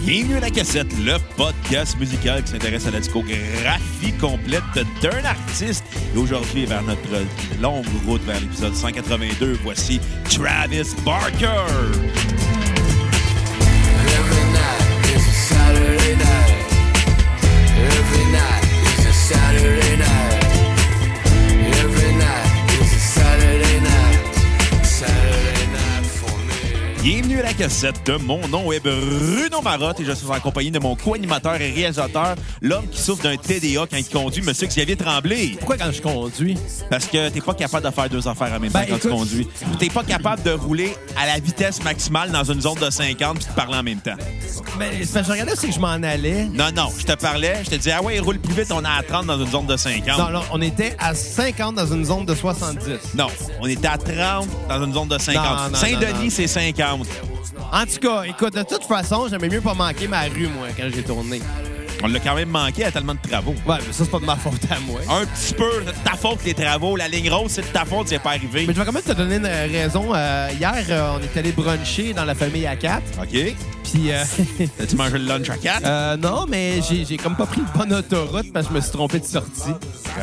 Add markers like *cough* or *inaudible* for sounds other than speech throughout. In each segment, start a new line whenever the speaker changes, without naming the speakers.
Bienvenue à la cassette, le podcast musical qui s'intéresse à la discographie complète d'un artiste. Et aujourd'hui, vers notre longue route vers l'épisode 182, voici Travis Barker.
Every night is a Saturday night. Every night is a Saturday night. Every night is a Saturday night. Saturday night for me.
Bienvenue à la cassette. Mon nom est Bruno Marotte et je suis en compagnie de mon co-animateur et réalisateur, l'homme qui souffre d'un TDA quand il conduit, Monsieur Xavier Tremblay.
Pourquoi quand je conduis?
Parce que t'es pas capable de faire deux affaires en même temps
Ben,
quand tu
écoute-
conduis. Puis T'es pas capable de rouler à la vitesse maximale dans une zone de 50 puis de parler en même temps.
Mais Ben, c'est parce que je regardais c'est que je m'en allais.
Non, non, je te parlais, je te disais, ah ouais, il roule plus vite, on est à 30 dans une zone de 50.
Non, non, on était à 50 dans une zone de 70.
Non, on était à 30 dans une zone de 50.
Non, non, non,
Saint-Denis,
non.
c'est 50.
En tout cas, écoute, de toute façon, j'aimais mieux pas manquer ma rue, moi, quand j'ai tourné.
On l'a quand même manqué à tellement de travaux.
Ouais, mais ça, c'est pas de ma faute à moi.
Un petit peu, c'est de ta faute les travaux. La ligne rose, c'est de ta faute, c'est pas arrivé.
Mais je vais quand même te donner une raison. Euh, hier, euh, on est allé bruncher dans la famille à 4.
OK.
Puis, euh,
T'as-tu mangé le lunch à 4?
euh, non, mais j'ai j'ai comme pas pris de bonne autoroute parce que je me suis trompé de sortie.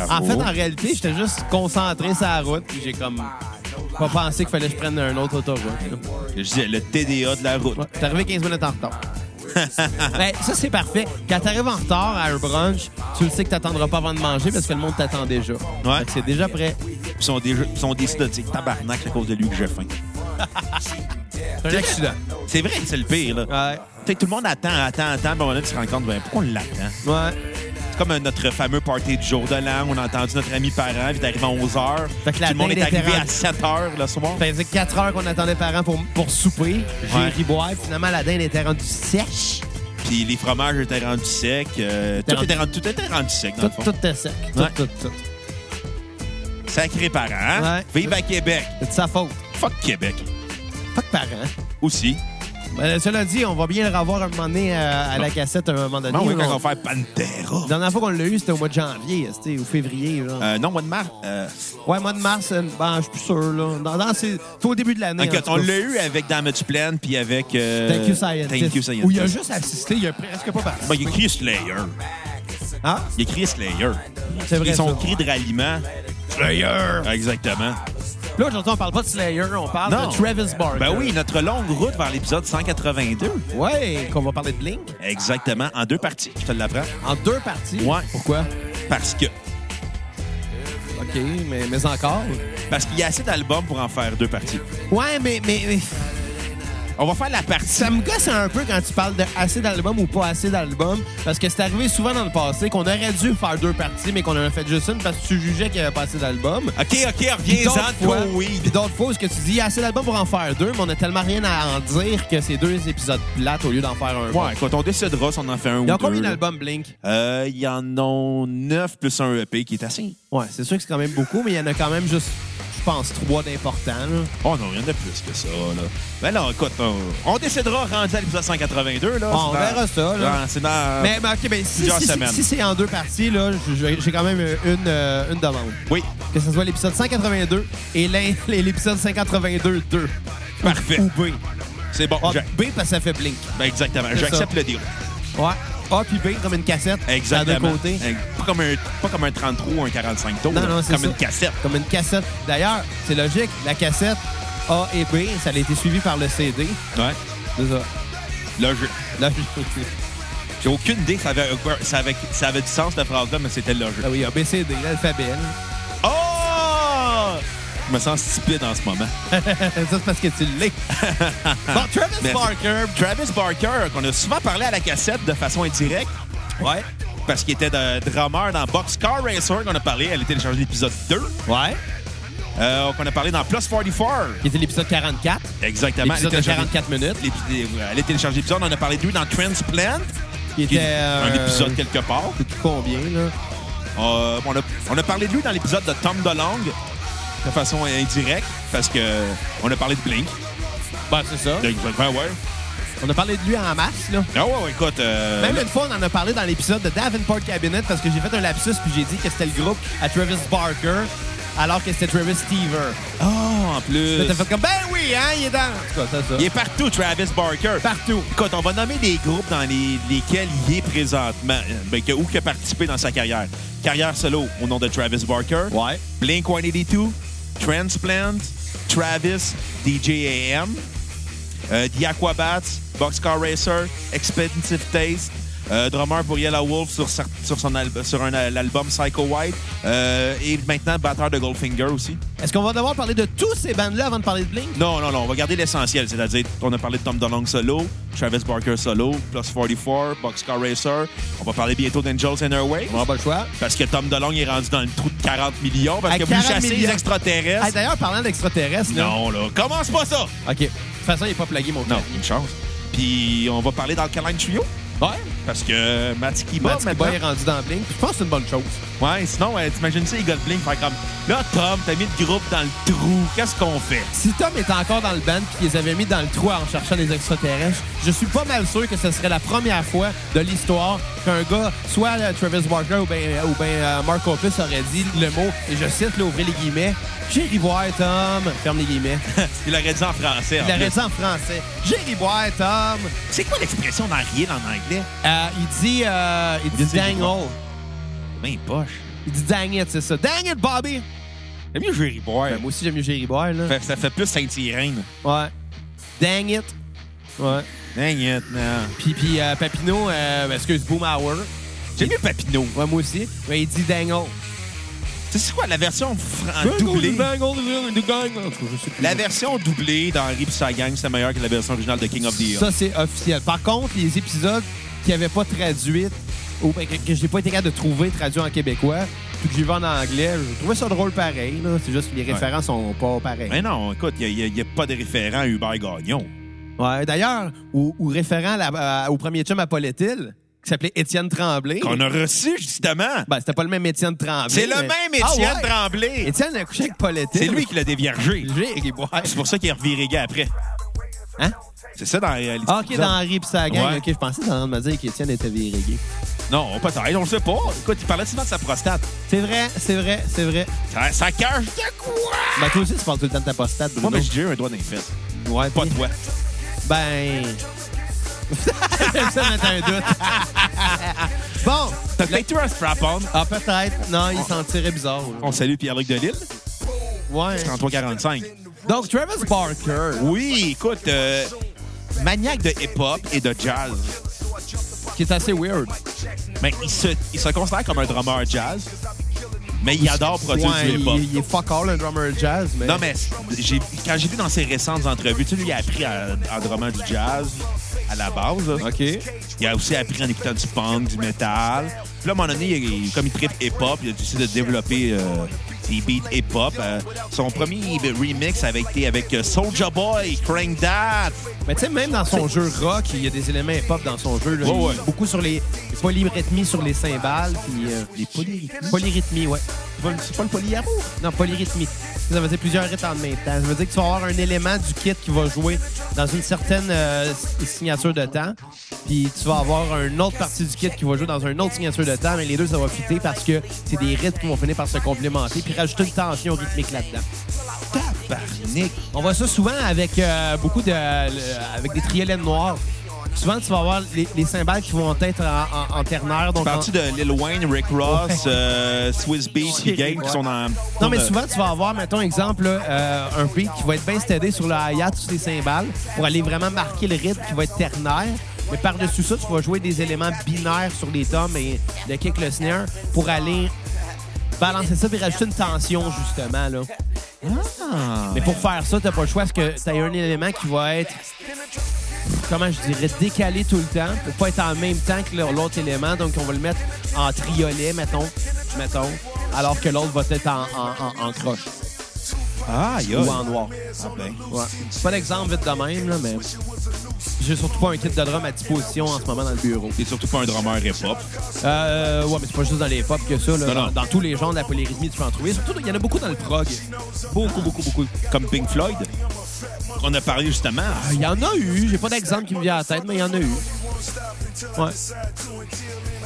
Bravo.
En fait, en réalité, j'étais juste concentré sur la route. Puis j'ai comme pas pensé qu'il fallait que je prenne une autre autoroute. là.
Je disais, le TDA de la route.
Ouais, T'es arrivé 15 minutes en retard. *laughs* ben, ça, c'est parfait. Quand t'arrives en retard à un brunch, tu le sais que t'attendras pas avant de manger parce que le monde t'attend déjà.
Ouais.
Fait que C'est déjà prêt.
Puis ils sont, déjà- ils sont décidés, tu sais, tabarnak, c'est à cause de lui que j'ai faim.
C'est un accident. Ah.
C'est vrai que c'est le pire, là.
Ouais.
Tu sais, tout le monde attend, attend, attend. Puis à un moment donné, tu te rends compte, ben, pourquoi on l'attend?
Ouais.
C'est comme euh, notre fameux party du jour de l'an. On a entendu notre ami parent, il est arrivé à 11 h.
Fait que la
Tout le monde est
dinde était
arrivé à
rendue.
7 h le soir.
Fait que c'est 4 heures qu'on attendait par an pour, pour souper. J'ai
Ouais.
ri boire. Finalement, la dinde était rendue sèche.
Puis les fromages étaient rendus secs. euh, tout,
rendu-
était rendu, tout était rendu sec, dans
Tout,
le fond.
tout était sec. Tout,
Ouais.
tout, tout.
Sacré parent. hein?
Ouais.
Vive à Québec.
C'est de sa faute.
Fuck Québec.
Pas de parents.
Aussi.
Ben, cela dit, on va bien le revoir un moment donné euh, à la cassette, un moment donné.
Non, Ben oui,
là.
quand on va faire Pantera.
La dernière fois qu'on l'a eu, c'était au mois de janvier, c'était au février. Genre.
Euh, non, mois de mars. euh,
Ouais, mois de mars, euh, ben, je suis plus sûr, là. Dans, dans ces- c'est au début de l'année.
ok,
en tout
on
cas.
l'a eu avec Damage Plan puis avec. euh,
Thank you, Scientist.
Thank You Scientist.
Où il a juste assisté, il a presque pas parlé.
Ben, il a crié Slayer.
Hein?
Il a crié Slayer.
C'est vrai,
Et son
ça.
cri de ralliement. Slayer. Exactement.
Là, aujourd'hui, on parle pas de Slayer, on parle
Non.
Ah, de Travis Barker.
Ben oui, notre longue route vers l'épisode 182.
Ouais, qu'on va parler de Blink
Exactement, en deux parties, je te l'apprends.
en deux parties.
Ouais.
Pourquoi?
Parce que
OK, mais, mais encore.
parce qu'il y a assez d'albums pour en faire deux parties.
Ouais, mais, mais, mais
On va faire la partie.
ça me gosse un peu quand tu parles de assez d'albums ou pas assez d'albums, parce que c'est arrivé souvent dans le passé qu'on aurait dû faire deux parties, mais qu'on en a fait juste une parce que tu jugeais qu'il y avait pas assez d'albums.
OK, OK,
Puis
reviens-en
d'autres
de
fois,
ton
puis
weed.
d'autres fois, ce que tu dis, il y a assez d'albums pour en faire deux, mais on a tellement rien à en dire que c'est deux épisodes plates au lieu d'en faire un.
Ouais, quand on décidera si on en fait un ou
Il y a
deux.
combien
là.
d'albums Blink?
Euh, Il y en a neuf plus un EP qui est assez.
Ouais, c'est sûr que c'est quand même beaucoup, mais il y en a quand même juste, je pense, trois d'importants. là.
Oh non, il y en a plus que ça, là. Ben là, écoute, on, on décidera rendu à l'épisode 182, là. C'est
Bon, on verra ça, là.
dans- C'est dans...
Mais, mais ok, ben, si,
Ah. Plusieurs
si- si-
semaines.
si c'est en deux parties, là, je- je- j'ai quand même une, euh, une demande.
Oui,
Que ce soit l'épisode 182 et l'in- et l'épisode 182-2.
parfait.
Ou B.
C'est bon,
A,
Jack.
B, parce que ça fait Blink.
Ben, exactement,
ça.
j'accepte le deal.
Ouais. A puis B, comme une cassette. À deux
Exactement.
côtés.
Euh, Pas comme un, pas comme un 33 ou un 45 tours.
Non,
là.
non, c'est
Comme
ça.
une cassette.
Comme une cassette. D'ailleurs, c'est logique, la cassette A et B, ça a été suivi par le CD.
Ouais.
C'est ça.
Là, je-
Là,
j'ai aucune idée que ça avait, ça avait, ça avait du sens, cette phrase-là, mais c'était le jeu.
*laughs* ah oui, A, B, C, D, l'alphabet. *laughs* là. Ah
Oh! Je me sens stupide en ce moment.
ça, c'est parce que tu l'es. bon, Travis
Merci.
Barker.
Travis Barker, qu'on a souvent parlé à la cassette de façon indirecte. Ouais. Parce qu'il était de- drummer dans Boxcar Racer, qu'on a parlé. Elle a téléchargé l'épisode 2.
Ouais.
Euh, qu'on a parlé dans Plus 44.
Qui était l'épisode 44.
Exactement.
L'épisode de 44 minutes.
minutes. Elle a téléchargé l'épisode. On en a parlé de lui dans Transplant.
Qui
qui
était.
est un
euh,
épisode quelque part.
je sais plus combien, là?
Euh, on, a, on a parlé de lui dans l'épisode de Tom DeLong de façon indirecte parce que on a parlé de Blink.
Ben, c'est ça.
De, ben ouais.
On a parlé de lui en masse, là.
Ah ouais, ouais, écoute. euh,
Même une fois, on en a parlé dans l'épisode de Davenport Cabinet parce que j'ai fait un lapsus puis j'ai dit que c'était le groupe à Travis Barker. alors que c'était Travis Stever.
Ah, en plus.
Là, t'as fait comme, ben oui, hein, il est dans. En tout cas, c'est ça.
Il est partout, Travis Barker.
partout.
Écoute, on va nommer des groupes dans les- lesquels il est présentement, euh, ben, que- ou qui a participé dans sa carrière. Carrière solo au nom de Travis Barker.
Ouais.
Blink 182, Transplant, Travis, DJAM, euh, The Aquabats, Boxcar Racer, Expensive Taste, euh, drummer pour Yellow Wolf sur, cer- sur, son al- sur un, euh, l'album Psycho White, euh, et maintenant batteur de Goldfinger aussi.
Est-ce qu'on va devoir parler de tous ces bandes-là avant de parler de Blink?
Non, non, non, on va garder l'essentiel, c'est-à-dire on a parlé de Tom DeLonge solo, Travis Barker solo, Plus 44, Boxcar Racer, on va parler bientôt d'Angels and Airways.
On pas le choix.
Parce que Tom DeLonge est rendu dans le trou de 40 millions Ah, ben, parce
À
que vous
40
chassez les
millions.
extraterrestres.
Hey, Ah, D'ailleurs, parlant d'extraterrestres, là-
Non, là, commence pas ça!
OK. De toute façon, il n'est pas plugué, mon
Non,
cas.
une chance. Puis on va parler dans le Caline Trio,
Ouais.
parce que Matt Skiba,
Matt Skiba est rendu dans Blink. Je pense que c'est une bonne chose.
Ouais, sinon, euh, t'imagines ça, les gars de Blink, faire comme... Là, Tom, t'as mis le groupe dans le trou, qu'est-ce qu'on fait? *laughs*
Si Tom était encore dans le band et qu'ils avaient mis dans le trou en cherchant les extraterrestres, je suis pas mal sûr que ce serait la première fois de l'histoire qu'un gars, soit euh, Travis Barker ou bien ou ben, euh, Mark Hoppus aurait dit le mot, et je cite, là, ouvrez les guillemets, J'ai voir, Tom, ferme les guillemets. *laughs*
Il aurait dit en français. en
Il aurait
plus.
dit en français, J'ai voir, Tom.
C'est quoi l'expression d'enriel en anglais?
Euh, il dit, euh, il
Il dit
dit dang
Jerry
all.
Ben, poche.
Il dit dang it, c'est ça. Dang it, Bobby.
J'aime mieux Jerry Boy.
Ben, moi aussi, j'aime mieux Jerry Boy, là.
Fait- Ça fait plus Saint-Irène.
Ouais. Dang it. Ouais.
Dang it, non.
Puis, puis euh, Papineau, euh, excuse, Boomhauer.
J'aime mieux Papineau.
Ouais, moi aussi. Mais il dit dangle.
Tu sais quoi, la version fran- doublée... La version doublée d'Henri pis sa gang, c'est meilleur que la version originale de King of the Hill.
Ça, c'est officiel. Par contre, les épisodes qui n'avaient pas traduit, ou ben, que, que j'ai pas été capable de trouver traduit en québécois, puis que j'ai vu en anglais, je trouvais ça drôle pareil. là. C'est juste que les références sont pas pareilles.
Mais non, écoute, il n'y a, pas de référent à Hubert Gagnon.
Ouais, D'ailleurs, au, au référent à la- à- au premier chum à Paul Étile, qui s'appelait Étienne Tremblay.
Qu'on a reçu, justement.
Ben, c'était pas le même Étienne Tremblay.
C'est le
mais-
même
Ah
Étienne
ouais?
Tremblay.
Étienne a couché avec Paul Étile.
C'est lui qui l'a déviergé.
J'ai- ouais.
C'est pour ça qu'il est reviré gay après.
Hein?
C'est ça dans la réalité.
Ah, ok, dans Henri pis sa gang.
Ouais.
Ok, je pensais que t'étais en train de me dire qu'Étienne était viré.
Non, peut-être, on le sait pas. Écoute, il parlait souvent de sa prostate.
C'est vrai, c'est vrai, c'est vrai.
Ça, ça cache de quoi?
Ben, toi aussi, tu parles tout le temps de ta prostate, Bruno.
Moi, mais j'ai déjà eu un doigt dans les fesses.
Ouais,
Pas
puis-
toi.
Ben... *laughs* J'aime ça mettre un doute.
*laughs*
bon,
T'as peut-être eu un strap-on.
ah, peut-être. Non, il sentirait bizarre. là.
On salue Pierre-Luc Delille,
Ouais.
3345.
Donc, Travis Barker,
Oui, écoute, euh, maniaque de hip-hop et de jazz.
qui est assez weird.
Mais il se, il se considère comme un drummer jazz, mais il adore produire
Ouais,
du hip-hop.
il, il est fuck all, un drummer jazz, mais...
Non, mais j'ai- quand j'ai vu dans ses récentes entrevues, tu sais, lui, il a appris à- en drummant du jazz à la base. là.
OK.
Il a aussi appris en écoutant du punk, du métal. Puis là, à un moment donné, il- il- comme il tripe hip-hop, il a décidé de développer euh, des beats hip-hop. Euh, son premier remix avait été avec euh, Soulja Boy, Crank That.
Mais tu sais, même dans son jeu rock, il y a des éléments hip-hop dans son jeu. Là.
Ouais, ouais.
Il joue Beaucoup sur les polyrythmies sur les cymbales. Puis, euh,
Les polyrythmies?
Polyrythmies, ouais.
C'est pas le polyamour?
Non, polyrythmie. Ça veut dire plusieurs rythmes en même temps. Ça veut dire que tu vas avoir un élément du kit qui va jouer dans une certaine euh, s- signature de temps. Puis tu vas avoir une autre partie du kit qui va jouer dans une autre signature de temps. Mais les deux, ça va fitter parce que c'est des rythmes qui vont finir par se complémenter. Puis rajouter une tension rythmique là-dedans.
Tabarnak!
On voit ça souvent avec euh, beaucoup de. le- avec des triolènes noires. Souvent, tu vas avoir les, les cymbales qui vont être en, en- en ternaire. Donc en-
Parti de Lil Wayne, Rick Ross, euh, Swiss Beats et Game qui sont dans.
Non, mais souvent, tu vas avoir, mettons, exemple, là, euh, un beat qui va être bien stédé sur le hi-hat, sur les cymbales, pour aller vraiment marquer le rythme qui va être ternaire. Mais par-dessus ça, tu vas jouer des éléments binaires sur les tomes et le kick, le snare, pour aller balancer ça et rajouter une tension, justement. Là. Mais pour faire ça, t'as pas le choix, parce que t'as un élément qui va être, comment je dirais, décalé tout le temps, pour pas être en même temps que l'autre élément. Donc, on va le mettre en triolet, mettons, mettons alors que l'autre va être en, en, en- en croche
Ah, y'a.
ou en noir.
Ah, ben.
Ouais. C'est pas l'exemple vite de même, là, mais j'ai surtout pas un kit de drum à disposition en ce moment dans le bureau.
T'es surtout pas un drummer hip-hop.
Euh, ouais, mais c'est pas juste dans les pop que ça. Là.
Non, non.
Dans, dans tous les genres de la polyrythmie, tu peux en trouver. Surtout, il y en a beaucoup dans le prog. Beaucoup, beaucoup, beaucoup.
Comme Pink Floyd. On a parlé justement.
Il y en a eu. J'ai pas d'exemple qui me vient à la tête, mais il y en a eu. Ouais.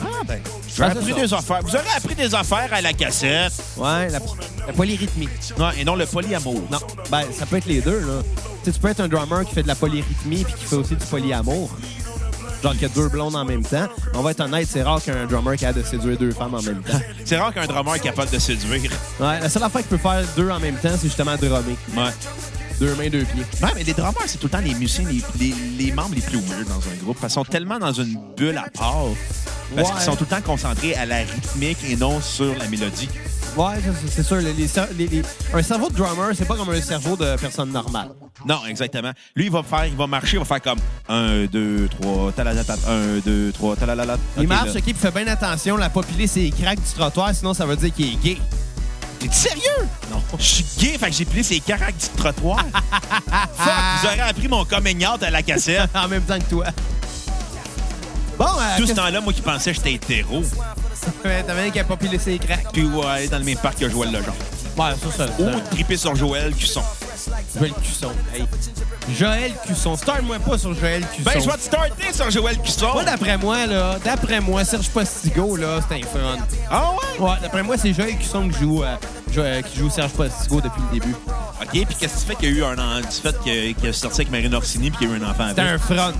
Ah, ben. J'ai
Ah, c'est
appris
ça.
des affaires. Vous aurez appris des affaires à la cassette.
Ouais, la, La polyrythmie.
Non, et non le polyamour.
Non, ben, ça peut être les deux, là. Tu sais, tu peux être un drummer qui fait de la polyrythmie puis qui fait aussi du polyamour. Genre qu'il y a deux blondes en même temps. On va être honnête, c'est rare qu'un drummer qui a de séduire deux femmes en même temps.
C'est rare qu'un drummer est capable de séduire.
Ouais, la seule affaire qu'il peut faire deux en même temps, c'est justement drummer.
Ouais.
Deux mains, deux pieds.
Ouais, mais les drummers, c'est tout le temps les musiciens, les, les- les membres les plus weird dans un groupe. Parce qu'ils sont tellement dans une bulle à part. Oh. Parce
Ouais.
qu'ils sont tout le temps concentrés à la rythmique et non sur la mélodie.
Ouais, c'est- c'est sûr. les- les cer- les- les- Un cerveau de drummer, c'est pas comme un cerveau de personne normale.
Non, exactement. Lui, il va faire, il va marcher, il va faire comme 1, 2, 3, talalata, 1, 2, 3, talalala.
Il
Ok,
marche,
là.
OK, puis fait bien attention. La populée, c'est craque du trottoir, sinon ça veut dire qu'il est gay.
T'es sérieux? Non. Je suis gay, fait que j'ai plié ses caracs du
*laughs*
trottoir. Fuck, vous aurez appris mon coming out à la cassette.
*laughs* en même temps que toi. Bon, euh,
Tout ce
*laughs* qu'est-ce-
temps-là, moi qui pensais que j'étais hétéro.
Ouais, T'as bien qu'il a pas pilé ses craques.
Puis ouais, aller dans le même parc que Joël Legendre.
Ouais, ça, ça.
Ou triper sur Joël Cusson.
Joël Cusson. Hey. Joël Cusson. Start-moi pas sur Joël Cusson.
Ben, je vais te starter sur Joël Cusson.
Moi, d'après moi, là, d'après moi, Serge Postigo, là, c'est un front.
Ah ouais?
Ouais, d'après moi, c'est Joël Cusson qui joue, euh, jo- euh, qui joue Serge Postigo depuis le début.
OK, puis qu'est-ce qui fait qu'il y a eu un an... du fait qu'il qu'il est sorti avec Marine Orsini puis qu'il y a eu un enfant
C'est
avec?
un front.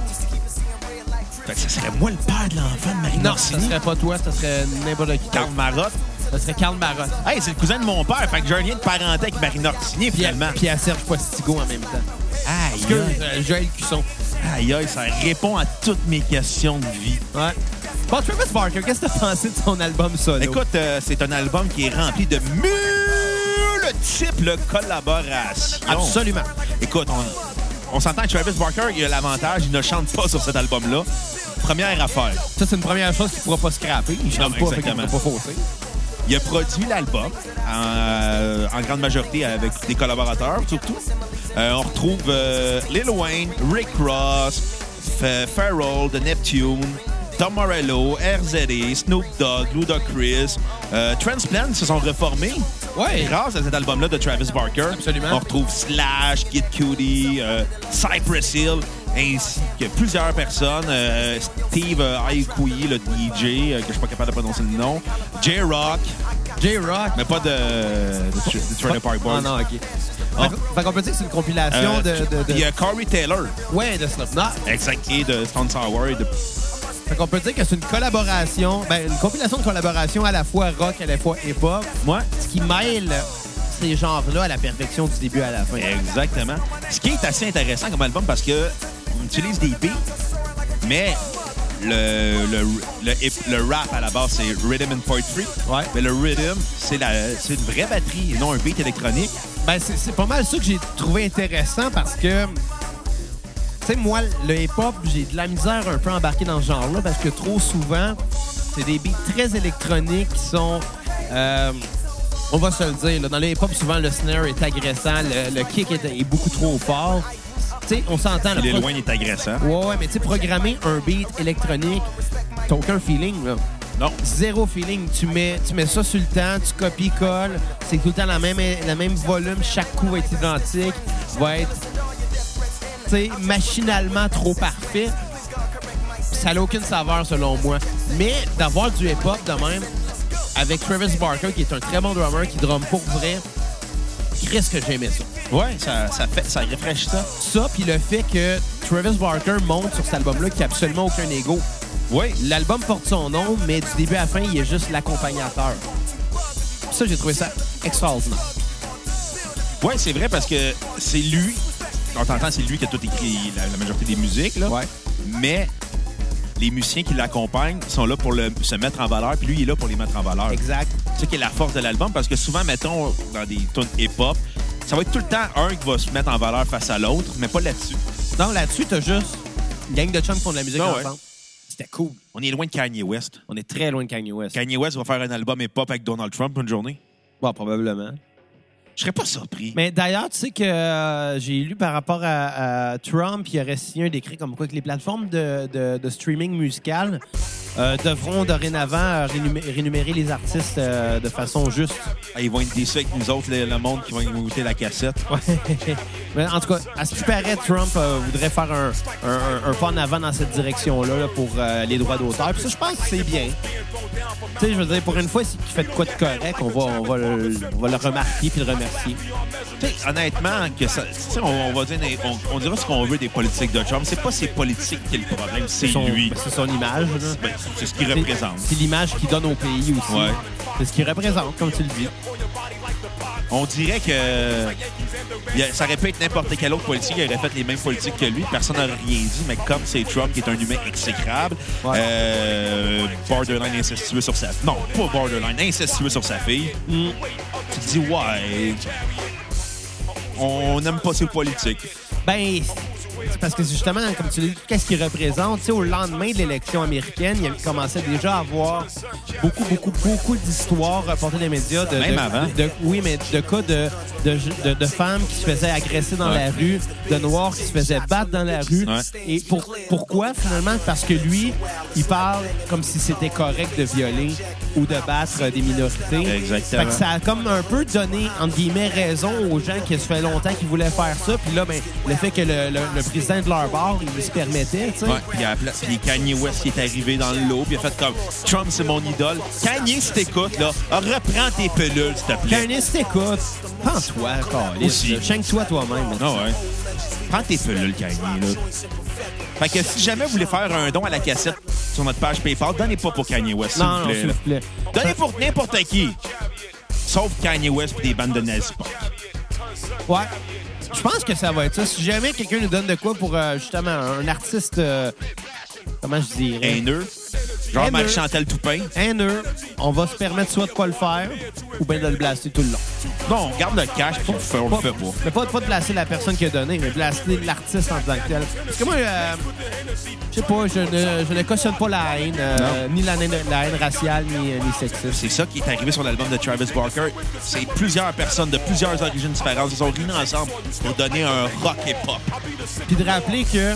Fait que ça serait moi le père de l'enfant de Marine
Non, ça
Orsini.
serait pas toi, ça serait n'importe qui.
Karl Marotte.
Ça serait Karl Marotte.
Hey, c'est le cousin de mon père, fait que j'ai un lien de parenté avec Marine Orsini,
Puis à,
finalement.
puis à Serge Postigo en même temps.
Aïe,
Que euh, Joël Cusson.
aïe, aïe, ça répond à toutes mes questions de vie.
Ouais. Bon, Travis Barker, qu'est-ce que t'as pensé de son album solo?
Écoute, euh, c'est un album qui est rempli de multiples collaborations.
Absolument.
Écoute, on, on s'entend que Travis Barker, il a l'avantage, il ne chante pas sur cet album-là. Première affaire,
Ça, c'est une première chose qu'il pourra pas scraper. Il chante
Non,
pas, fait qu'il
exactement.
pourra pas fausser.
il a produit l'album euh, en, en grande majorité avec des collaborateurs, surtout. Euh, on retrouve euh, Lil Wayne, Rick Ross, F- Pharrell de Neptune, Tom Morello, RZA, Snoop Dogg, Ludacris. Euh, Transplant se sont reformés.
Ouais.
Grâce à cet album-là de Travis Barker.
Absolument.
On retrouve Slash, Kid Cudi, euh, Cypress Hill, ainsi que plusieurs personnes. euh, Steve euh, Aoki, le DJ, euh, que je suis pas capable de prononcer le nom. J-Rock,
J-Rock.
mais pas de, de, Tr- de Trailer Park Boys.
Ah non, OK.
Ah.
Fait qu'on- Fait qu'on peut dire que c'est une compilation
Euh,
de, de, de-
Il y a Corey Taylor,
Ouais, de Slipknot.
exact, et de Stone Sour. et de-
Fait qu'on peut dire que c'est une collaboration, ben, une compilation de collaboration à la fois rock, à la fois hip-hop,
Ouais.
ce qui mêle ces genres-là à la perfection du début à la fin.
Exactement. Ce qui est assez intéressant comme album parce que on utilise des beats, mais le, le, le, hip- le rap à la base c'est rhythm and poetry.
Ouais.
Mais le rhythm, c'est la c'est une vraie batterie et non un beat électronique.
Ben, c'est c'est pas mal ça que j'ai trouvé intéressant parce que, tu sais, moi, le hip-hop, j'ai de la misère un peu embarquée dans ce genre-là parce que trop souvent, c'est des beats très électroniques qui sont. euh, on va se le dire, là, dans le hip-hop, souvent, le snare est agressant, le, le kick est, est beaucoup trop fort. Tu sais, on s'entend. là,
Il est
pro-
loin, il est agressant.
Ouais, ouais, mais tu sais, programmer un beat électronique, t'as aucun feeling, là
Non.
zéro feeling. Tu mets, tu mets ça sur le temps, tu copies-colles. C'est tout le temps la même, la même volume. Chaque coup va être identique, va être tu sais, machinalement trop parfait. Ça n'a aucune saveur, selon moi. Mais d'avoir du hip-hop de même, avec Travis Barker, qui est un très bon drummer, qui drum pour vrai, qu'est-ce que j'aimais ça.
Ouais, ça, ça fait ça rafraîchit ça.
Ça, puis le fait que Travis Barker monte sur cet album-là, qui a absolument aucun ego.
Oui.
L'album porte son nom, mais du début à la fin, il est juste l'accompagnateur. Ça, j'ai trouvé ça extraordinaire.
Ouais, c'est vrai parce que c'est lui. On t'entend, c'est lui qui a tout écrit la, la majorité des musiques. Là.
Ouais.
Mais les musiciens qui l'accompagnent sont là pour le- se mettre en valeur, puis lui, il est là pour les mettre en valeur.
Exact.
C'est ça qui est la force de l'album parce que souvent, mettons, dans des tunes hip-hop, ça va être tout le temps un qui va se mettre en valeur face à l'autre, mais pas là-dessus.
Non, là-dessus, t'as juste une gang de chums qui font de la musique
Ah ouais.
ensemble. C'était cool.
On est loin de Kanye West.
On est très loin de Kanye West.
Kanye West va faire un album hip-hop avec Donald Trump une journée.
Bon, probablement.
Je serais pas surpris.
Mais d'ailleurs, tu sais que euh, j'ai lu par rapport à, à Trump, il aurait signé un décret comme quoi que les plateformes de, de- de streaming musical euh, devront dorénavant euh, rénumé- rémunérer les artistes euh, de façon juste.
Ah, Ils vont être déçus avec nous autres, le, le monde qui va nous goûter la cassette.
*laughs* Mais en tout cas, à ce qui paraît, Trump euh, voudrait faire un, un- un- un pas en avant dans cette direction-là là, pour euh, les droits d'auteur. Puis ça, je pense que c'est bien. Tu sais, je veux dire, pour une fois, s'il fait de quoi de correct, on va, on va, le, on va le remarquer puis le remercier.
Tu sais, honnêtement, que ça, tu sais, on, on va dire, on, on dira ce qu'on veut des politiques de Trump. C'est pas ses politiques qui est le problème, c'est
Son-
lui.
C'est son image. là.
Ben, c'est ce qu'il
C'est-
représente.
C'est l'image qu'il donne au pays aussi.
Ouais.
C'est ce qu'il représente, comme tu le dis.
On dirait que il y a- ça aurait pu être n'importe quel autre politique qui aurait fait les mêmes politiques que lui. Personne n'aurait rien dit, mais comme c'est Trump qui est un humain exécrable,
Ouais.
euh, borderline incestueux sur sa... Non, pas borderline, incestueux sur sa fille.
Mm.
Tu te dis, ouais, on n'aime pas ses politiques.
Ben, c'est parce que justement, comme tu l'as dit, qu'est-ce qu'il représente? Tu sais, au lendemain de l'élection américaine, il commençait déjà à avoir beaucoup, beaucoup, beaucoup d'histoires reportées dans les médias. De,
Même
de-
avant.
de- oui, mais de cas de, de, de- de femmes qui se faisaient agresser dans la rue, de noirs qui se faisaient battre dans la rue.
Ouais.
Et pour, pourquoi, finalement? Parce que lui, il parle comme si c'était correct de violer ou de battre euh, des minorités.
Exactement.
Fait que ça a comme un peu donné, entre guillemets, raison aux gens qui se fait longtemps qu'ils voulaient faire ça. Puis là, ben, le fait que le, le- le président de leur bar, il se permettait, tu sais.
Ouais, puis, à la place- puis Kanye West qui est arrivé dans le lot, puis il a fait comme Trump, c'est mon idole. Kanye, si t'écoutes, là, reprends tes pelules, s'il te plaît.
Kanye, si t'écoutes, pense-toi,
Aussi.
Carlis. Change-toi toi-même.
Ah ouais. Prends tes pelules, Kanye, là. Fait que si jamais vous voulez faire un don à la cassette sur notre page PayPal, donnez pas pour Kanye West, s'il
Non,
vous
non,
plaît.
s'il
là.
vous plaît.
Donnez pour n'importe qui. Sauf Kanye West et des bandes de nazi punk.
Ouais. Je pense que ça va être ça. Si jamais quelqu'un nous donne de quoi pour, euh, justement, un artiste... euh, comment je dirais?
Haineux. Genre
Haineux.
Marie-Chantal Toupin.
Haineux. On va se permettre soit de pas le faire ou bien de le blaster tout le long.
Non, on garde le cash pour le faire, on le fait pas.
Mais pas, pas de placer la personne qui a donné, mais placer l'artiste en tant que tel. Parce que moi, euh, je sais pas, je ne, je ne cautionne pas la haine, euh, ni la haine, la haine raciale, ni, euh, ni sexiste.
C'est ça qui est arrivé sur l'album de Travis Barker. C'est plusieurs personnes de plusieurs origines différentes. Ils sont réunis ensemble pour donner un rock et pop.
Puis de rappeler que,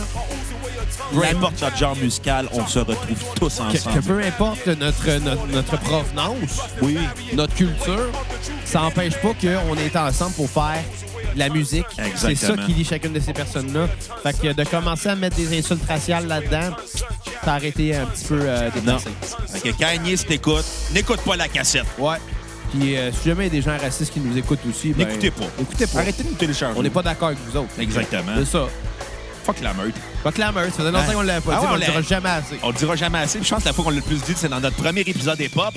Peu importe notre genre musical, on se retrouve tous
que, que
ensemble.
peu importe notre, notre, notre provenance,
Oui,
notre culture, ça n'empêche pas qu'on est ensemble pour faire de la musique. C'est ça
Exactement.
qui lie chacune de ces personnes-là. Fait que de commencer à mettre des insultes raciales là-dedans, ça aurait été un petit peu euh,
Non.
déplacé.
Fait que Kanye, si t'écoutes, n'écoute pas la cassette.
Ouais. Puis euh, si jamais il y a des gens racistes qui nous écoutent aussi, ben,
N'écoutez pas.
Écoutez pas.
Arrêtez de nous télécharger.
On n'est pas d'accord avec vous autres.
Exactement.
C'est ça.
Fuck la meute.
Pas clameur, ça faisait longtemps qu'on l'avait pas
Ah
dit,
ouais,
mais on
on l'a-
le dira jamais assez.
On le dira jamais assez. puis Je pense que la fois qu'on l'a le plus dit, c'est dans notre premier épisode des Pop.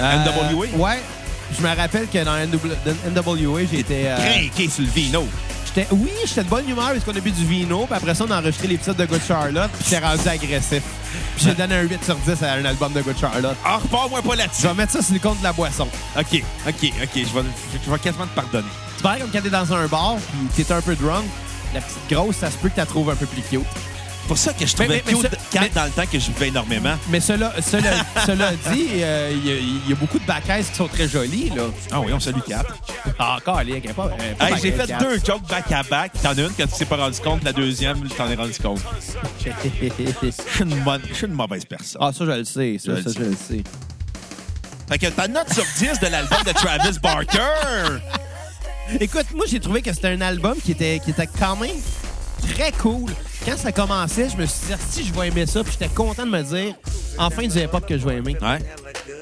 Ah, NWA?
Euh, Ouais. Je me rappelle que dans NWA, j'étais... euh,
Crinqué sur le vino.
j'étais- oui, j'étais de bonne humeur parce qu'on a bu du vino, puis après ça, on a enregistré l'épisode de Good Charlotte, puis j'étais rendu agressif. Puis j'ai donné un 8 sur 10 à un album de Good Charlotte.
Ah, repars-moi pas
Je
là-dessus.
vais mettre ça sur le compte de la boisson.
OK, OK, OK. Je vais, je vais quasiment te pardonner.
C'est pareil comme quand t'es dans un bar, puis t'es un peu drunk, la petite grosse, ça se peut que t'as trouves un peu plus cute.
C'est pour ça que je
Mais-
trouvais
mais- mais
cute
ça-
Kat
mais-
dans le temps que je buvais énormément.
Mais cela, cela, cela dit, euh, il y a- il y, a beaucoup de backaises qui sont très jolies, là.
Ah oui, on salue Kat.
Ah, encore, les gars, pas. euh, pas
Hey, j'ai fait
back-aise,
deux jokes back-à-back. T'en as une quand tu t'es pas rendu compte. La deuxième, t'en es rendu compte. Je suis une, bonne- je suis une mauvaise personne.
ah, ça, je le sais.
Je
Ça,
le
ça,
sais.
je le sais.
Fait que ta note sur 10 de l'album de Travis Barker.
Écoute, moi, j'ai trouvé que c'était un album qui était, qui était quand même très cool. Quand ça commençait, je me suis dit, si je vais aimer ça, puis j'étais content de me dire, enfin, du hip-hop que je vais aimer.
Ouais.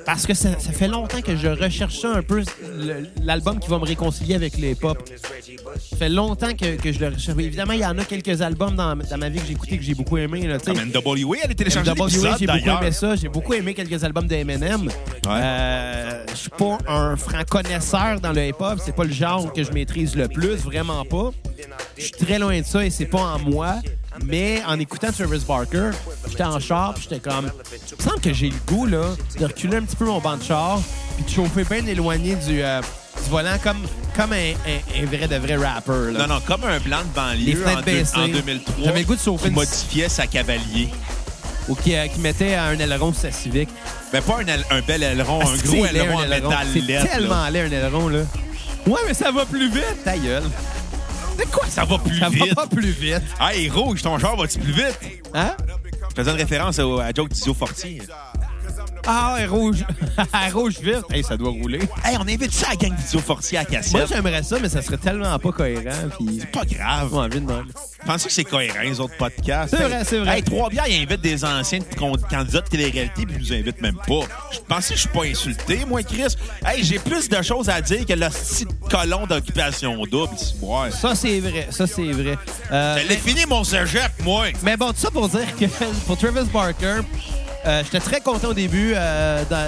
Parce que ça, ça fait longtemps que je recherche ça un peu, le- l'album qui va me réconcilier avec le hip-hop. Ça fait longtemps que, que je le recherche. Évidemment, il y en a quelques albums dans, dans ma vie que j'ai écoutés que j'ai beaucoup aimé. Là, tu sais.
Comme NWA, elle a téléchargé
NWA,
l'épisode,
j'ai beaucoup
d'ailleurs.
aimé ça. J'ai beaucoup aimé quelques albums de M&M. Euh, je suis pas un franc connaisseur dans le hip-hop. C'est pas le genre que je maîtrise le plus, vraiment pas. Je suis très loin de ça et c'est pas en moi. Mais en écoutant Travis Barker, j'étais en char, puis j'étais comme, il me semble que j'ai le goût là de reculer un petit peu mon banc de char, puis de chauffer bien éloigné du, euh, du volant comme comme un, un- un vrai de vrai rapper. là.
Non, non, comme un blanc de
Les
banlieue en,
fenêtres
deux-
baissées.
en 2003
J'avais le goût de sauver
qui
une-
modifiait sa cavalier.
Ou qui, euh, qui mettait un aileron sur sa civique.
Mais pas un, aile- un bel aileron, un
Ah, C'est
gros
laid,
aileron en
un aileron.
métal
C'est
laid, là.
tellement laid, un aileron, là. Ouais, mais ça va plus vite. Ta gueule.
De quoi ça va plus
Ça
vite?
va pas plus vite.
Hey, rouge, ton genre va-tu plus vite?
Hein?
faisais une référence au- à Joe Tizio Fortier.
Ah, ouais, rouge. *laughs* Ah, rouge vif. Hey, ça doit rouler.
Hey, on invite ça à la gang Tizio Fortier à
Moi,
cassette.
j'aimerais ça, mais ça serait tellement pas cohérent. Puis,
C'est pas grave.
pas envie de même.
Pensez que c'est cohérent, les autres podcasts.
C'est vrai, c'est vrai.
Hey, Trois-Bières, ils invitent des anciens con- candidats de télé-réalité, puis ils nous invitent même pas. Je pensais que je suis pas insulté, moi, Chris. Hey, j'ai plus de choses à dire que le petit colon d'occupation double, c'est moi.
Ça, c'est vrai. Ça, c'est vrai. Euh,
J'allais fini mon cégep, moi.
Mais bon, tout ça pour dire que *laughs* pour Travis Barker, euh, j'étais très content au début euh, d'en-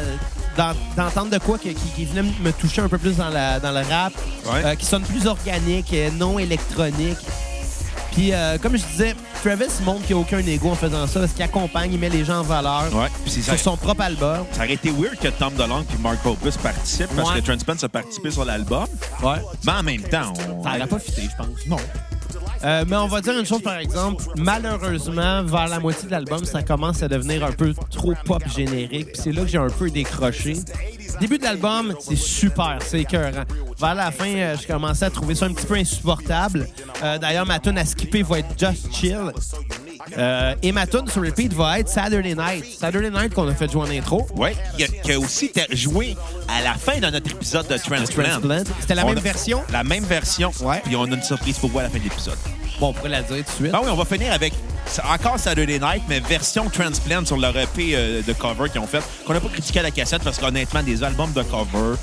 d'en- d'entendre de quoi que- qui, qui venait me toucher un peu plus dans, la, dans le rap,
Ouais.
euh, qui sonne plus organique, euh, non électronique. Puis, euh, comme je disais, Travis montre qu'il n'y a aucun ego en faisant ça, parce qu'il accompagne, il met les gens en valeur
Ouais, puis c'est ça.
sur son propre album.
Ça aurait été weird que Tom DeLonge et Mark Hoppus participent parce
Ouais.
que Trent Spence a participé sur l'album.
Ouais.
Mais en même temps, on...
Ça n'aurait pas fité, je pense.
Non.
Euh, mais on va dire une chose, par exemple. Malheureusement, vers la moitié de l'album, ça commence à devenir un peu trop pop générique. Puis c'est là que j'ai un peu décroché. Début de l'album, c'est super, c'est écœurant. Vers la fin, euh, je commençais à trouver ça un petit peu insupportable. Euh, D'ailleurs, ma tune à skipper va être Just Chill. Euh, et ma tune sur repeat va être Saturday Night. Saturday Night qu'on a fait jouer en intro.
Oui, qui a, qui a aussi été joué à la fin de notre épisode de Transplant.
Transplant. C'était la
On
même
a-
version?
La même version.
Ouais.
Puis on a une surprise pour vous à la fin de l'épisode.
Bon, on pourrait la dire tout de suite.
Ah oui, on va finir avec c'est encore Saturday Night, mais version Transplant sur leur EP euh, de cover qu'ils ont fait, qu'on n'a pas critiqué à la cassette parce qu'honnêtement, des albums de cover,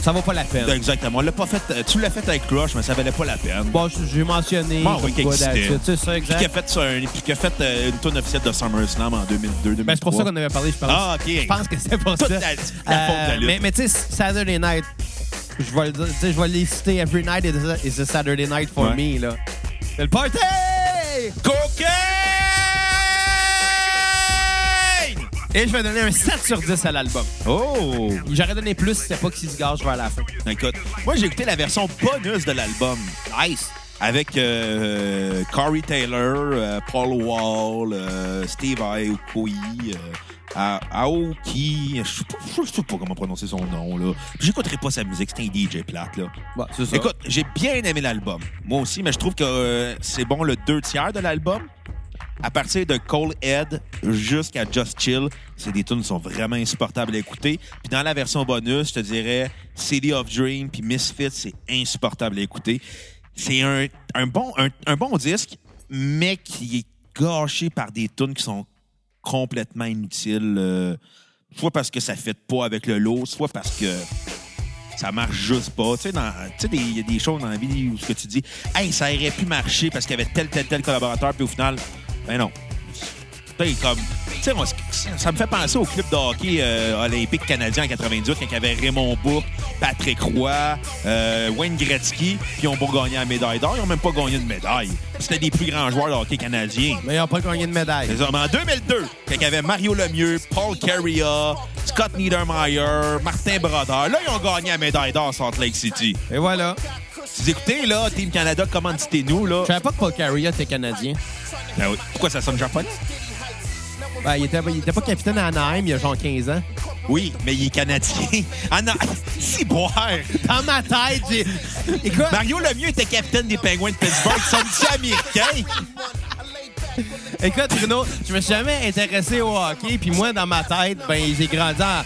Ça vaut pas la peine.
exactement. On l'a pas fait, euh, tu l'as fait avec Crush, mais ça valait pas la peine.
Bon, j- j'ai mentionné.
Bon,
comme
oui, qui
quoi
existait.
d'habitude. C'est ça,
Puis qui a
exact.
fait, ça, un- puis qui a fait euh, une tournée officielle de SummerSlam en 2002
Ben, c'est pour ça qu'on avait parlé, je pense.
Ah, OK.
Je pense que c'est pour
Toute
ça. Euh,
la- la faute de la lutte.
mais mais tu sais, Saturday Night, je vais le dire, tu sais, je vais les citer. Every night is a, is a Saturday night for
Ouais.
me, là. C'est le party!
Cocaine!
Et je vais donner un 7 sur 10 à l'album.
Oh!
J'aurais donné plus si c'était pas qu'il se gâche vers la fin.
Écoute, moi j'ai écouté la version bonus de l'album. Nice! Avec euh, Corey Taylor, euh, Paul Wall, euh, Steve Aoki, euh, A- Aoki, je sais pas- je sais pas comment prononcer son nom là. J'écouterai pas sa musique, c'est un DJ plate là.
Bon, c'est ça.
Écoute, j'ai bien aimé l'album. Moi aussi, mais je trouve que euh, c'est bon le deux tiers de l'album. À partir de Cold Head jusqu'à Just Chill, c'est des tunes qui sont vraiment insupportables à écouter. Puis dans la version bonus, je te dirais City of Dream puis Misfits, c'est insupportable à écouter. C'est un, un bon, un, un bon disque, mais qui est gâché par des tunes qui sont complètement inutiles. euh, soit parce que ça fait pas avec le lot, soit parce que ça marche juste pas. Tu sais, dans- tu sais, des- il y a des choses dans la vie où ce que tu dis, hey, ça aurait pu marcher parce qu'il y avait tel, tel, tel collaborateur, puis au final, ben non. Tu sais, comme, tu sais, moi, c- ça me fait penser au club de hockey euh, olympique canadien en 98 quand il y avait Raymond Bourque, Patrick Roy, euh, Wayne Gretzky, puis ils ont pas gagné la médaille d'or, ils ont même pas gagné de médaille. C'était des plus grands joueurs de hockey canadiens.
Mais ils n'ont pas gagné de médaille.
C'est ça. Mais en 2002, quand il y avait Mario Lemieux, Paul Carria, Scott Niedermayer, Martin Brodeur, là, ils ont gagné la médaille d'or à Salt Lake City.
Et voilà.
Vous écoutez, là, Team Canada, commanditez-nous, là.
Je savais pas que Paul Carrier était canadien.
Ben oui. Pourquoi ça sonne japonais?
Ben, il, était, il était pas capitaine à Anaheim il y a genre 15 ans.
Oui, mais il est canadien. *laughs* Ah non, si boire!
Dans ma tête, j'ai. Écoute,
Mario Lemieux était capitaine des Penguins de
*laughs*
Pittsburgh. Ça me dit américain.
Écoute, Bruno, je me suis jamais intéressé au hockey, puis moi, dans ma tête, ben, j'ai grandi en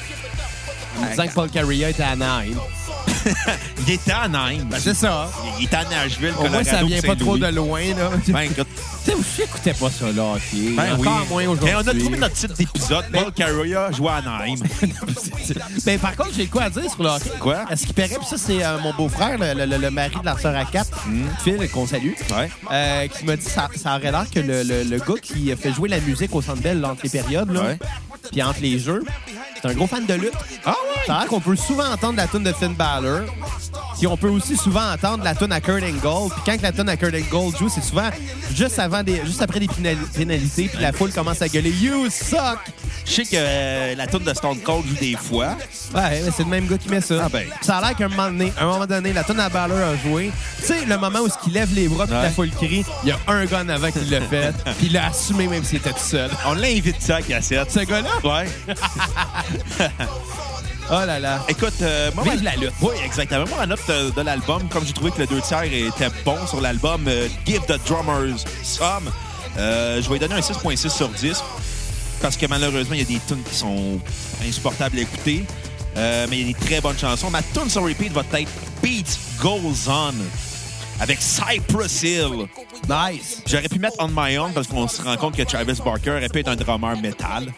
en me disant que Paul Carrier était à Nine.
Ben, Il était en Inde.
Ben, C'est ça.
Il était à Nashville,
Au moins, ça
Colorado,
vient pas trop
Saint-Louis.
de loin, là.
Ben, écoute,
*laughs* Tu sais, je n'écoutais pas ça, le hockey.
ben oui.
Encore moins aujourd'hui.
Mais on a trouvé notre titre d'épisode. Paul Carria joue à Nîmes.
*laughs* Ben, par contre, j'ai quoi à dire sur le hockey.
Quoi?
Est-ce qu'il paraît, puis ça, c'est euh, mon beau-frère, le, le- le mari de la sœur à quatre, Phil, qu'on salue,
Hmm. Ouais.
euh, qui m'a dit ça, ça aurait l'air que le, le- le gars qui fait jouer la musique au Centre Bell entre les périodes, là,
Ouais.
puis entre les jeux, c'est un gros fan de lutte.
Ah ouais?
Ça a l'air qu'on peut souvent entendre la tune de Finn Balor. Puis on peut aussi souvent entendre la tune à Kurt Angle. Puis quand la tune à Kurt Angle joue, c'est souvent juste avant des, juste après des pénal- pénalités. Puis la foule commence à gueuler You suck!
Je sais que euh, la tourne de Stone Cold joue des fois.
Ouais, mais c'est le même gars qui met ça.
Ah ben.
Ça a l'air qu'à un moment donné, à un moment donné, la tune à Balor a joué. Tu sais, le moment où il lève les bras puis
Ouais.
la foule crie, il y a un gars en avant qui
*laughs*
l'a fait. puis il l'a assumé même s'il était tout seul.
On l'invite ça à la cassette.
Ce gars-là?
Ouais.
Oh là là.
Écoute, euh, moi,
Vive
ma-
la lutte.
Oui, exactement. Moi, ma note euh, de, l'album, comme j'ai trouvé que le deux tiers était bon sur l'album euh, Give the Drummers Some, Euh, je vais lui donner un 6.6 sur 10 parce que malheureusement, il y a des tunes qui sont insupportables à écouter. Euh, mais il y a des très bonnes chansons. Ma tune sur repeat va être Beat Goes On avec Cypress Hill.
Nice.
J'aurais pu mettre On My Own parce qu'on se rend compte que Travis Barker aurait pu être un drummer métal.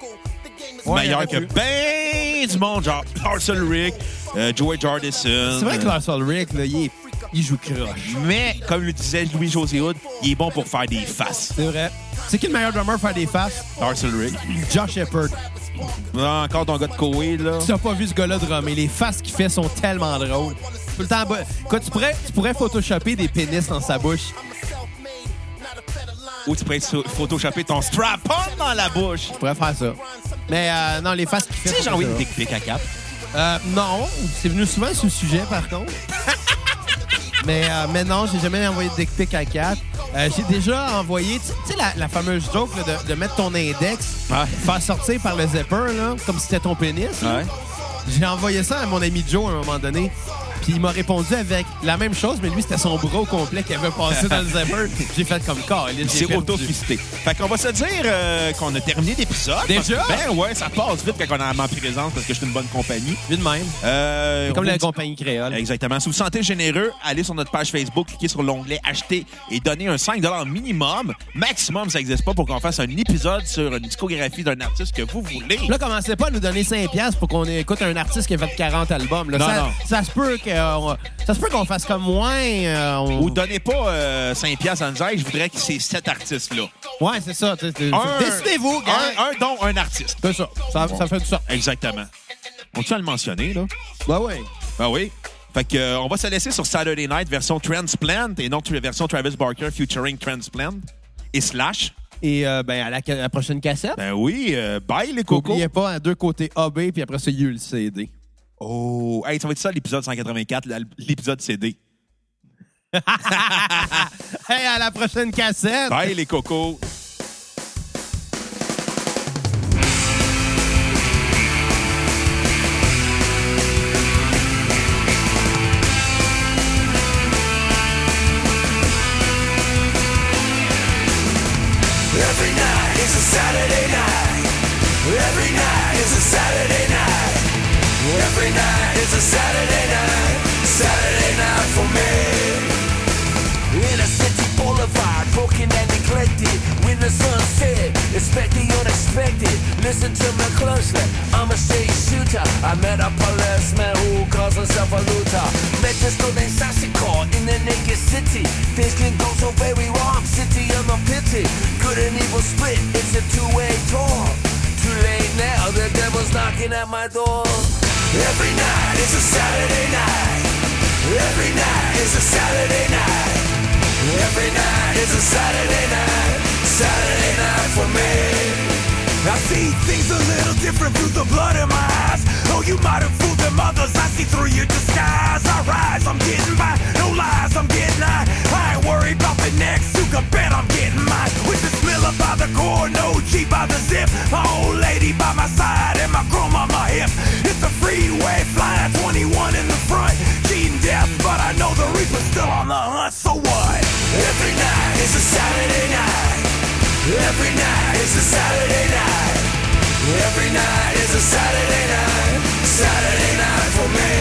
Ouais,
meilleur
il
que
aurait pu.
ben du monde, genre Arthur Rick, euh, Joey Jardison.
C'est vrai que Russell Rick, là, il, est- il joue croche.
Mais, comme le disait Louis-José Hood, il est bon pour faire des faces.
C'est vrai. C'est qui le meilleur drummer pour faire des faces?
Arthur Rick.
Josh Shepard.
Ah, encore ton gars de Koei, là.
Tu n'as pas vu ce gars-là drummer. Les faces qu'il fait sont tellement drôles. Tout le temps, bah, quoi, tu, pourrais, tu pourrais photoshopper des pénis dans sa bouche.
Ou tu pourrais so- photoshopper ton strap-on dans la bouche.
Tu pourrais faire ça. Mais euh, non, les faces qu'il fait.
Tu sais, j'ai
sont
envoyé des
drôles.
dick pics à cap.
Euh, non, c'est venu souvent sur le sujet, par *laughs* contre. mais, euh, mais non, j'ai jamais envoyé de dick pic à 4. j'ai déjà envoyé, tu tu sais, la, la fameuse joke là, de, de mettre ton index,
Ouais.
faire sortir par le zipper, là, comme si c'était ton pénis. là. J'ai envoyé ça à mon ami Joe à un moment donné. Puis il m'a répondu avec la même chose, mais lui, c'était son bras au complet qui avait passé dans le *laughs* zipper. J'ai fait comme corps.
Il s'est auto-fisté. Fait qu'on va se dire euh, qu'on a terminé l'épisode.
Déjà?
Ben ouais, ça passe vite quand on est en ma présence parce que je suis une bonne compagnie.
Lui de même.
Euh,
Comme la
on-
compagnie créole.
Exactement. Si vous vous sentez généreux, allez sur notre page Facebook, cliquez sur l'onglet Acheter et donnez un 5 minimum. Maximum, ça n'existe pas pour qu'on fasse un épisode sur une discographie d'un artiste que vous voulez.
Là, commencez pas à nous donner 5$ piastres pour qu'on écoute un artiste qui a fait 40 albums. là.
Non,
ça,
non.
ça se peut que, euh, ça se peut qu'on fasse comme moins. euh, on-
Ou donnez pas euh, 5 piastres à nous aider, je voudrais que c'est cet artiste-là.
Ouais, c'est ça. t'sais, t'sais,
Un-
Décidez-vous, gars.
Un, un don, un artiste.
C'est ça. Ça, ça fait du ça.
Exactement. On tient à le mentionner, là?
Bah ouais.
Ben oui. Fait que, euh, on va se laisser sur Saturday Night version Transplant et non la version Travis Barker featuring Transplant et Slash.
Et euh, ben, à la, à la prochaine cassette,
Ben oui, euh, bye les cocos.
n'oubliez pas, à deux côtés AB, puis après ça, il y a eu le CD.
Oh, hey, ça va être ça l'épisode 184, l'al- l'épisode CD.
Hey, à la prochaine cassette!
Bye les cocos.
Every night is a Saturday night. Every night is a Saturday night. Every night is a Saturday night. Saturday night for me. In a city boulevard, broken and neglected. When the sun set, expect the unexpected. Listen to me closely. I'm a straight shooter. I met up a last man who calls himself a looter. Met this girl named Sashiko in the naked city. Things can go so very wrong. City on the pity. Good and evil split. It's a two-way door. Too late now. The devil's knocking at my door. Every night is a Saturday night. Every night is a Saturday night. Every night is a Saturday night. Saturday night for me. I see things a little different through the blood in my eyes. Oh, you might have fooled them others. I see through your disguise. I rise, I'm getting by. No lies, I'm getting high. I ain't worried about the next. You can bet I'm getting mine. With this miller by the core, no G by the zip. My old lady by my side and my chrome on my hip. It's a freeway flying 21 in the front. Cheating death, but I know the reaper's still on the hunt. So what? Every night is a Saturday night. Every night is a Saturday night. Every night is a Saturday night. Saturday night for me.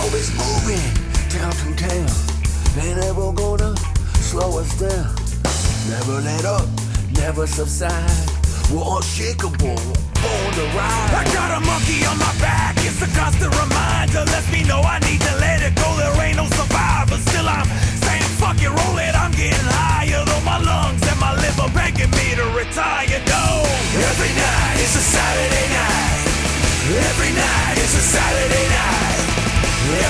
always moving town from town. They never gonna slow us down. Never let up, never subside. We're unshakable, on the rise. I got a monkey on my back. It's a constant reminder. Let me know I need to let it go. There ain't no survivor. Still I'm saying fuck it, roll it. I'm getting higher. Though my lungs and my liver begging me to retire. No. Every night is a Saturday night. Every night is a Saturday night.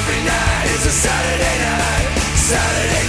Every night is a Saturday night. Saturday